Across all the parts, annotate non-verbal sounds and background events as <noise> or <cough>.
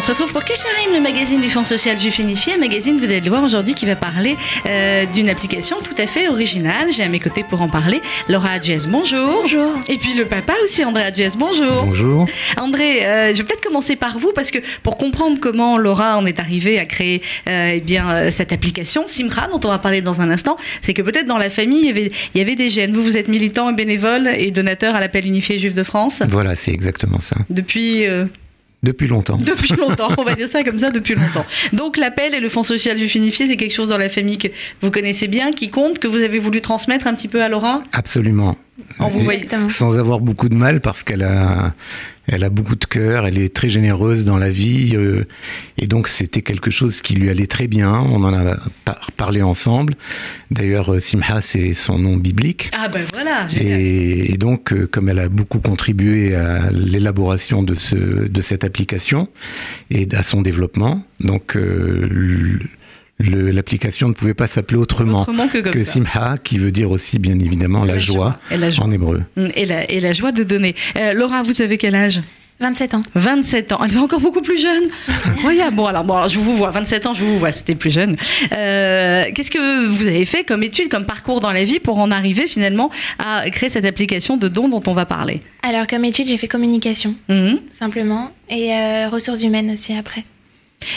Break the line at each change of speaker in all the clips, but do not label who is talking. se retrouve pour Kesharim, le magazine du Fonds social juif unifié, un magazine que vous allez le voir aujourd'hui qui va parler euh, d'une application tout à fait originale. J'ai à mes côtés pour en parler Laura Adjes, bonjour.
Bonjour.
Et puis le papa aussi, André Adjes, bonjour.
Bonjour.
André, euh, je vais peut-être commencer par vous parce que pour comprendre comment Laura en est arrivée à créer euh, eh bien, euh, cette application Simra dont on va parler dans un instant, c'est que peut-être dans la famille il y, avait, il y avait des gènes. Vous, vous êtes militant et bénévole et donateur à l'appel unifié juif de France
Voilà, c'est exactement ça.
depuis euh,
Depuis longtemps.
depuis longtemps, on va dire ça comme ça, depuis longtemps. Donc l'appel et le Fonds social juif unifié, c'est quelque chose dans la famille que vous connaissez bien, qui compte, que vous avez voulu transmettre un petit peu à Laura
Absolument.
en vous
Et
voyant.
Exactement.
Sans avoir beaucoup de mal parce qu'elle a, elle a beaucoup de cœur, elle est très généreuse dans la vie euh, et donc c'était quelque chose qui lui allait très bien. On en a par- parlé ensemble. D'ailleurs, euh, Simha, c'est son nom biblique.
Ah ben voilà, génial.
Et, et donc, euh, comme elle a beaucoup contribué à l'élaboration de, ce, de cette application et à son développement, donc euh, le- le- l'application ne pouvait pas s'appeler autrement,
autrement que comme
que
ça.
Simha, qui veut dire aussi bien évidemment la, joie,
Et la joie.
en hébreu.
Et la, et la joie de donner. Euh, Laura, vous avez quel âge
27 ans.
27 ans. Elle est encore beaucoup plus
<laughs>
jeune. Incroyable. Bon, alors, bon, alors, je vous vois. 27 ans, je vous vois. C'était plus jeune. Euh, Qu'est-ce que vous avez fait comme étude, comme parcours dans la vie pour en arriver finalement à créer cette application de dons dont on va parler
Alors, comme étude, j'ai fait communication,
Mhm.
simplement, et euh, ressources humaines aussi après.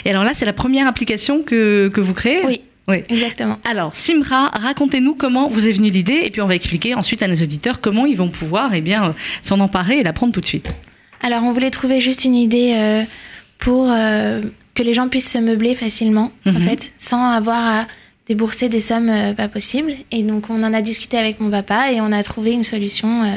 Et alors là, c'est la première application que, que vous créez
Oui.
Oui.
Exactement.
Alors, Simra, racontez-nous comment vous est venue l'idée et puis on va expliquer ensuite à nos auditeurs comment ils vont pouvoir eh bien, euh, s'en emparer et la prendre tout de suite.
Alors, on voulait trouver juste une idée euh, pour euh, que les gens puissent se meubler facilement, en
Mhm.
fait, sans avoir à débourser des sommes euh, pas possibles. Et donc, on en a discuté avec mon papa et on a trouvé une solution euh,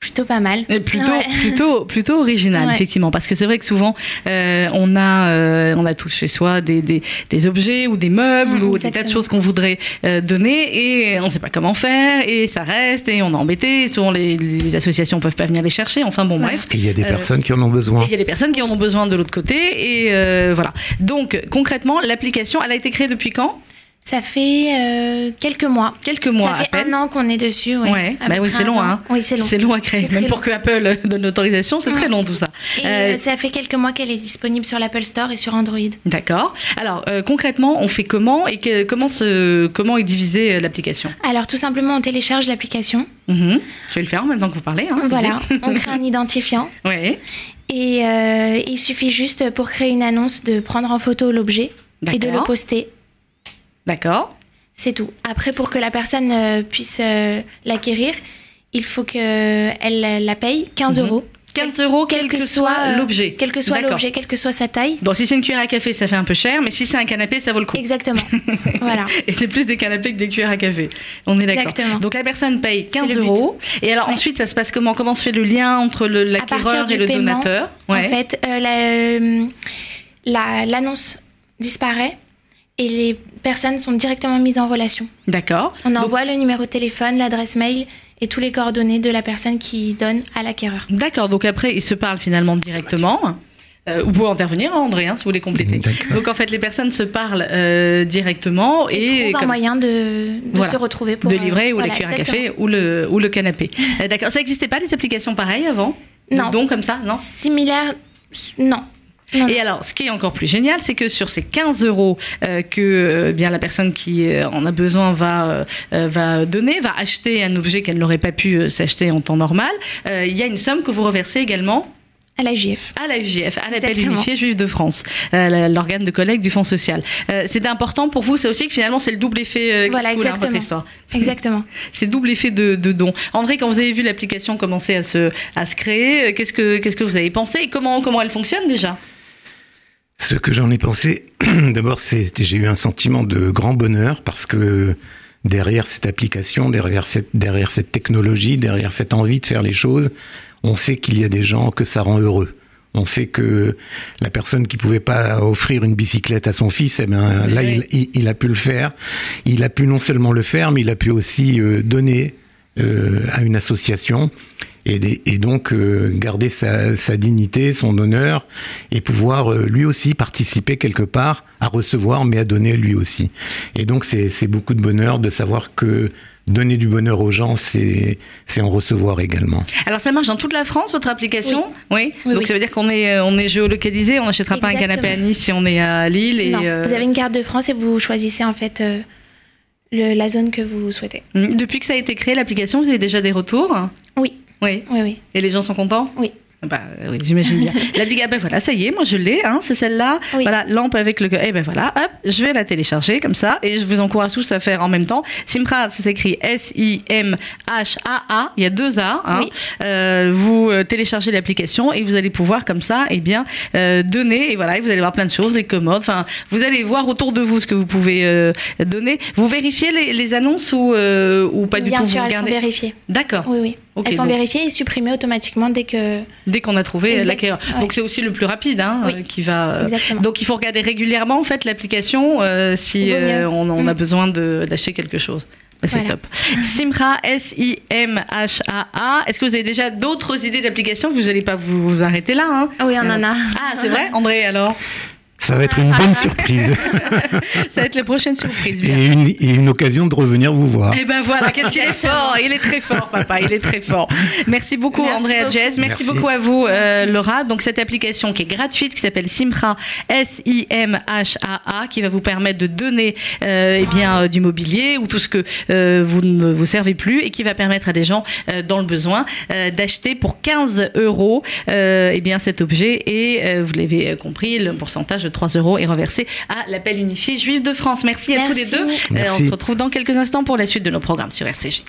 plutôt pas mal.
Et plutôt,
Ouais. <laughs>
plutôt, plutôt original,
Ouais.
effectivement, parce que c'est vrai que souvent euh, on a, euh, on a tous chez soi des, des, des objets ou des meubles
Mm,
ou des tas de
exactement.
choses qu'on voudrait euh, donner et on ne sait pas comment faire et ça reste et on est embêté. et Souvent les, les associations peuvent pas venir les chercher. Enfin bon,
Ouais.
bref.
Et il y a des
Euh,
personnes qui en ont
Et
Hein
besoin.
il y a des personnes qui en ont besoin de l'autre côté et euh, voilà. Donc concrètement, l'application, elle a été créée depuis quand
Ça fait euh, quelques mois.
Quelques mois
ça
à
fait
peine.
un an qu'on est dessus. Ouais,
Ouais.
À
Bah
peu
oui,
près
c'est
un
long,
an.
hein.
Oui, c'est long.
C'est long à créer,
C'est
même
très
pour que Apple euh, donne l'autorisation, c'est
Mm.
très long tout ça.
Et
Euh,
euh, ça fait quelques mois qu'elle est disponible sur l'Apple Store et sur Android.
D'accord. Alors euh, concrètement, on fait comment et que- comment, se, comment est divisée euh, l'application
Alors tout simplement, on télécharge l'application.
Mhm. Je vais le faire en même temps que vous parlez. Hein,
Voilà, on crée un identifiant.
Oui.
Et euh, il suffit juste pour créer une annonce de prendre en photo l'objet et de le
D'accord.
poster.
D'accord.
C'est tout. Après, pour que la personne euh, puisse euh, l'acquérir, il faut qu'elle la paye 15
Mhm.
euros.
15 euros, quel, que, soit
euh,
l'objet.
Quel que soit
D'accord.
l'objet, quelle que soit sa taille.
Bon, si c'est une cuillère à café, ça fait un peu cher, mais si c'est un canapé, ça vaut le coup. <laughs>
Exactement. voilà.
Et c'est plus des canapés que des cuillères à café. On est d'accord.
Exactement.
Donc la personne paye 15
Hein. C'est le but.
euros. Et alors
Ouais.
ensuite, ça se passe comment Comment se fait le lien entre le- l'acquéreur
du
et le
paiement,
donateur
En
Ouais.
fait, euh, la- euh, la- l'annonce disparaît et les personnes sont directement mises en relation.
D'accord.
On
Donc,
envoie le numéro de téléphone, l'adresse mail et tous les coordonnées de la personne qui donne à l'acquéreur.
D'accord, donc après, ils se parlent finalement directement. Euh, vous pouvez intervenir, hein, André, hein, si vous voulez compléter.
D'accord.
Donc en fait, les personnes se parlent euh, directement et,
trouve un
comme-
moyen de, de
Voilà.
se retrouver pour
de
euh,
livrer ou
voilà,
la cuillère à
exactement.
café ou le, ou le canapé. Euh, D'accord, ça n'existait pas des applications pareilles avant
Non.
Donc comme ça, non
Similaire, non. Non,
Et alors, ce qui est encore plus génial, c'est que sur ces 15 euros euh, que euh, bien la personne qui euh, en a besoin va euh, euh, va donner, va acheter un objet qu'elle n'aurait pas pu euh, s'acheter en temps normal, euh, il y a une somme que vous reversez également
à
<laughs>
la JF.
à la UGF, à l'appel
Exactement.
unifié juif de France, euh, la- l'organe de collègue du Fonds social. Euh, c'est important pour vous, c'est aussi que finalement c'est le double effet euh, qui
Voilà,
se coule, hein, votre
exactement.
histoire.
Exactement.
C'est le double effet de, de don. André, quand vous avez vu l'application commencer à se, à se créer, euh, qu'est-ce que, qu'est-ce que vous avez pensé et comment, comment elle fonctionne déjà
Ce que j'en ai pensé, <clears throat> d'abord, c'est j'ai eu un sentiment de grand bonheur parce que derrière cette application, derrière cette, derrière cette technologie, derrière cette envie de faire les choses, on sait qu'il y a des gens que ça rend heureux. On sait que la personne qui pouvait pas offrir une bicyclette à son fils, eh bien,
Mais
là,
oui.
il, il- il a pu le faire. Il a pu non seulement le faire, mais il a pu aussi euh, donner euh, à une association et, des- et donc euh, garder sa, sa dignité, son honneur et pouvoir euh, lui aussi participer quelque part à recevoir, mais à donner lui aussi. Et donc c'est c'est beaucoup de bonheur de savoir que donner du bonheur aux gens, c'est c'est en recevoir également.
Alors ça marche dans toute la France, votre application Oui.
Oui,
Donc
oui.
ça veut dire qu'on est, euh, on est géolocalisé, on n'achètera pas un canapé à
Exactement.
Nice si on est à Lille. Et,
Non,
euh,
vous avez une carte de France et vous choisissez en fait euh, le- la zone que vous souhaitez.
mm. Depuis que ça a été créé, l'application, vous avez déjà des retours
Oui.
Oui.
Oui, oui.
Et les gens sont contents
Oui.
Ah Bah, euh, oui, j'imagine
<laughs>
bien. L'application, ben voilà, ça y est, moi je l'ai, hein, c'est celle-là.
Oui.
Voilà, lampe avec le. Eh ben voilà, hop, je vais la télécharger comme ça et je vous encourage tous à faire en même temps. Simra, ça s'écrit S-I-M-H-A-A, il y a deux A. hein.
Oui.
Euh, vous euh, téléchargez l'application et vous allez pouvoir comme ça, eh bien, euh, donner. Et voilà, et vous allez voir plein de choses, les commodes. Enfin, vous allez voir autour de vous ce que vous pouvez euh, donner. Vous vérifiez les, les annonces ou, euh, ou pas du
Bien
tout
sûr,
vous
elles sont
regardez.
vérifiées.
D'accord.
Oui, oui.
Ok,
elles sont
donc- Euh,
vérifiées et supprimées automatiquement dès que.
Dès qu'on a trouvé
Exact-
l'acquéreur.
ouais.
Donc c'est aussi le plus rapide hein,
Oui.
euh, qui va. euh,
Exactement.
Donc il faut regarder régulièrement en fait l'application euh, si
Vaut mieux.
euh, on, on a
Mm.
besoin de d'acheter quelque chose. Bah, c'est
Voilà.
top. Simra S I M H A A. Est-ce que vous avez déjà d'autres idées d'applications Vous n'allez pas vous, vous arrêter là. hein
Ah oui, on en a.
ah c'est vrai, André.
<laughs>
Alors
Ça va être une bonne surprise
ça va être la prochaine surprise. bien.
et une, et une occasion de revenir vous voir.
Eh ben voilà, qu'est-ce qu'il est fort Il est très fort, papa, il est très fort. Merci beaucoup,
Merci
Andrea
beaucoup.
Jazz. Merci,
Merci.
beaucoup à vous, euh,
Merci.
Laura. Donc, cette application qui est gratuite, qui s'appelle Simra, S-I-M-H-A-A, qui va vous permettre de donner euh, eh bien, euh, du mobilier ou tout ce que euh, vous ne vous servez plus et qui va permettre à des gens euh, dans le besoin euh, d'acheter pour 15 euros euh, eh bien, cet objet. Et euh, vous l'avez euh, compris, le pourcentage de 3 euros est reversé à l'appel unifié juif de France. Merci à tous les
Merci.
deux. Euh, on
Merci.
se retrouve dans quelques instants pour la suite de nos programmes sur RCJ.